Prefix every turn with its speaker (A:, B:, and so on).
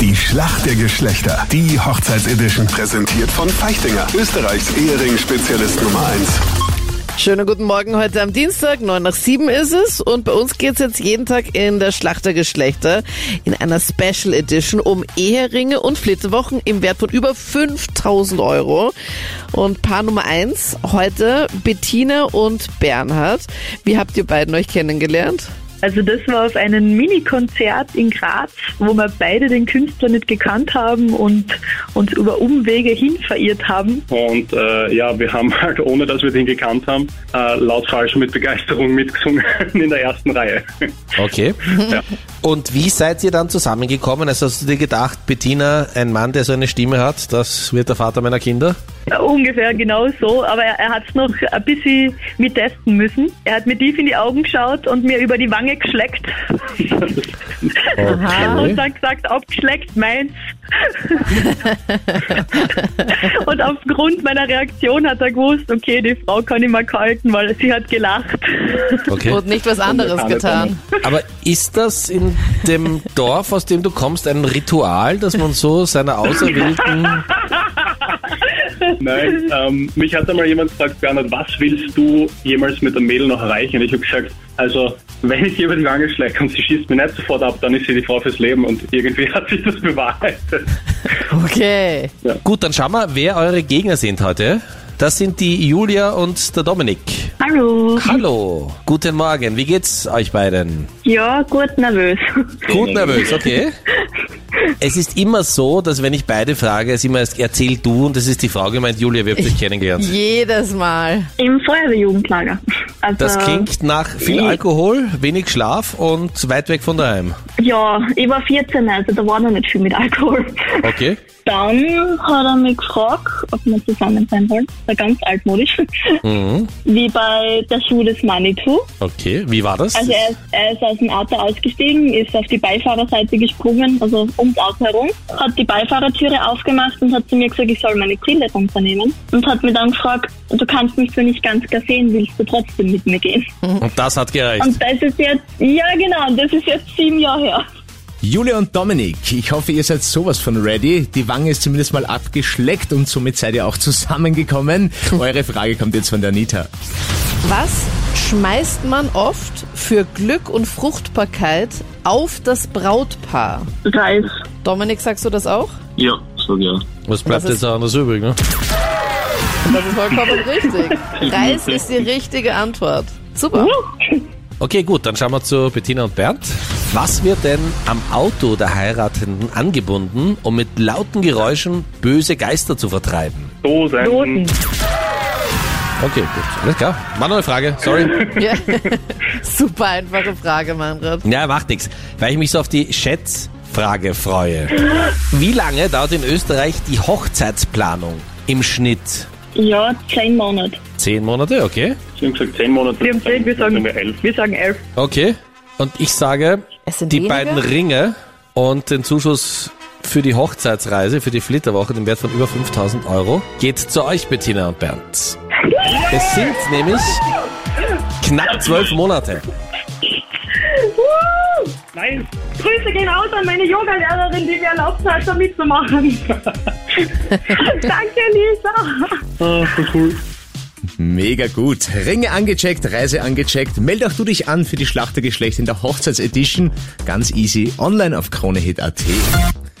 A: Die Schlacht der Geschlechter. Die Hochzeitsedition. Präsentiert von Feichtinger. Österreichs Ehering-Spezialist Nummer 1.
B: Schönen guten Morgen heute am Dienstag, 9 nach 7 ist es und bei uns geht's jetzt jeden Tag in der Schlacht der Geschlechter in einer Special Edition um Eheringe und Flitterwochen im Wert von über 5000 Euro. Und Paar Nummer 1 heute Bettina und Bernhard. Wie habt ihr beiden euch kennengelernt?
C: Also das war auf einem Mini-Konzert in Graz, wo wir beide den Künstler nicht gekannt haben und uns über Umwege hin verirrt haben.
D: Und äh, ja, wir haben halt, ohne dass wir den gekannt haben, äh, laut falsch mit Begeisterung mitgesungen in der ersten Reihe.
E: Okay. Und wie seid ihr dann zusammengekommen? Also hast du dir gedacht, Bettina, ein Mann, der so eine Stimme hat, das wird der Vater meiner Kinder?
C: Ungefähr genau so, aber er, er hat es noch ein bisschen mit testen müssen. Er hat mir tief in die Augen geschaut und mir über die Wange geschleckt und dann gesagt, abgeschleckt meins. und aufgrund meiner Reaktion hat er gewusst, okay, die Frau kann ich mal kalten, weil sie hat gelacht.
E: Okay.
B: Und nicht was anderes getan.
E: Aber ist das in dem Dorf, aus dem du kommst, ein Ritual, dass man so seiner Auserwählten...
D: Nein, ähm, mich hat einmal jemand gefragt, Bernhard, was willst du jemals mit einem Mädel noch erreichen? Und ich habe gesagt, also wenn ich jemanden angeschlägt und sie schießt mir nicht sofort ab, dann ist sie die Frau fürs Leben und irgendwie hat sich das bewahrheitet.
B: Okay.
E: Gut, dann schauen wir, wer eure Gegner sind heute. Das sind die Julia und der Dominik.
C: Hallo.
E: Hallo, guten Morgen. Wie geht's euch beiden?
C: Ja, gut nervös.
E: Gut nervös, okay. Es ist immer so, dass wenn ich beide frage, es immer erst erzähl du und das ist die Frau gemeint, Julia, wir haben dich kennengelernt.
B: Jedes Mal.
C: Im Feuerwehrjugendlager. Also,
E: Das klingt nach viel Alkohol, wenig Schlaf und weit weg von daheim.
C: Ja, ich war 14, also da war noch nicht viel mit Alkohol.
E: Okay.
C: Dann hat er mich gefragt, ob wir zusammen sein wollen. Da ganz altmodisch.
E: Mhm.
C: Wie bei der Schuh des Manitou.
E: Okay, wie war das?
C: Also er ist, er ist aus dem Auto ausgestiegen, ist auf die Beifahrerseite gesprungen, also ums Auto herum, hat die Beifahrertüre aufgemacht und hat zu mir gesagt, ich soll meine Brille runternehmen. Und hat mich dann gefragt, du kannst mich so nicht ganz klar sehen, willst du trotzdem mit mir gehen?
E: Und das hat gereicht.
C: Und das ist jetzt, ja genau, und das ist jetzt sieben Jahre her.
F: Julia und Dominik, ich hoffe, ihr seid sowas von ready. Die Wange ist zumindest mal abgeschleckt und somit seid ihr auch zusammengekommen. Eure Frage kommt jetzt von der Anita.
B: Was schmeißt man oft für Glück und Fruchtbarkeit auf das Brautpaar?
C: Reif.
B: Dominik, sagst du das auch?
G: Ja, sag ja.
E: Was bleibt
B: Das ist-
E: jetzt anderes übrig, ne?
B: Das ist vollkommen richtig. Reis ist die richtige Antwort. Super.
E: Okay, gut, dann schauen wir zu Bettina und Bernd. Was wird denn am Auto der Heiratenden angebunden, um mit lauten Geräuschen böse Geister zu vertreiben?
D: So sein.
E: Okay, gut, alles klar. War noch eine Frage, sorry.
B: Ja. Super einfache Frage, Meinrad.
E: Ja, macht nichts, weil ich mich so auf die Schätzfrage freue. Wie lange dauert in Österreich die Hochzeitsplanung im Schnitt?
C: Ja, zehn Monate.
E: Zehn Monate, okay.
D: Sie haben gesagt, zehn Monate.
C: Wir haben zehn, wir sagen-
D: Dann wir elf.
C: Wir sagen elf.
E: Okay. Und ich sage,
B: Es sind
E: die
B: weniger?
E: beiden Ringe und den Zuschuss für die Hochzeitsreise, für die Flitterwoche, den Wert von über 5000 Euro, geht zu euch, Bettina und Bernd. Es sind nämlich knapp zwölf Monate.
D: Nein,
C: Grüße gehen raus an meine Yogalehrerin, die mir erlaubt hat, da mitzumachen. Danke, Lisa.
D: ah, so cool.
F: Mega gut. Ringe angecheckt, Reise angecheckt. Meld auch du dich an für die Schlachtergeschlecht in der Hochzeitsedition. Ganz easy online auf kronehit.at.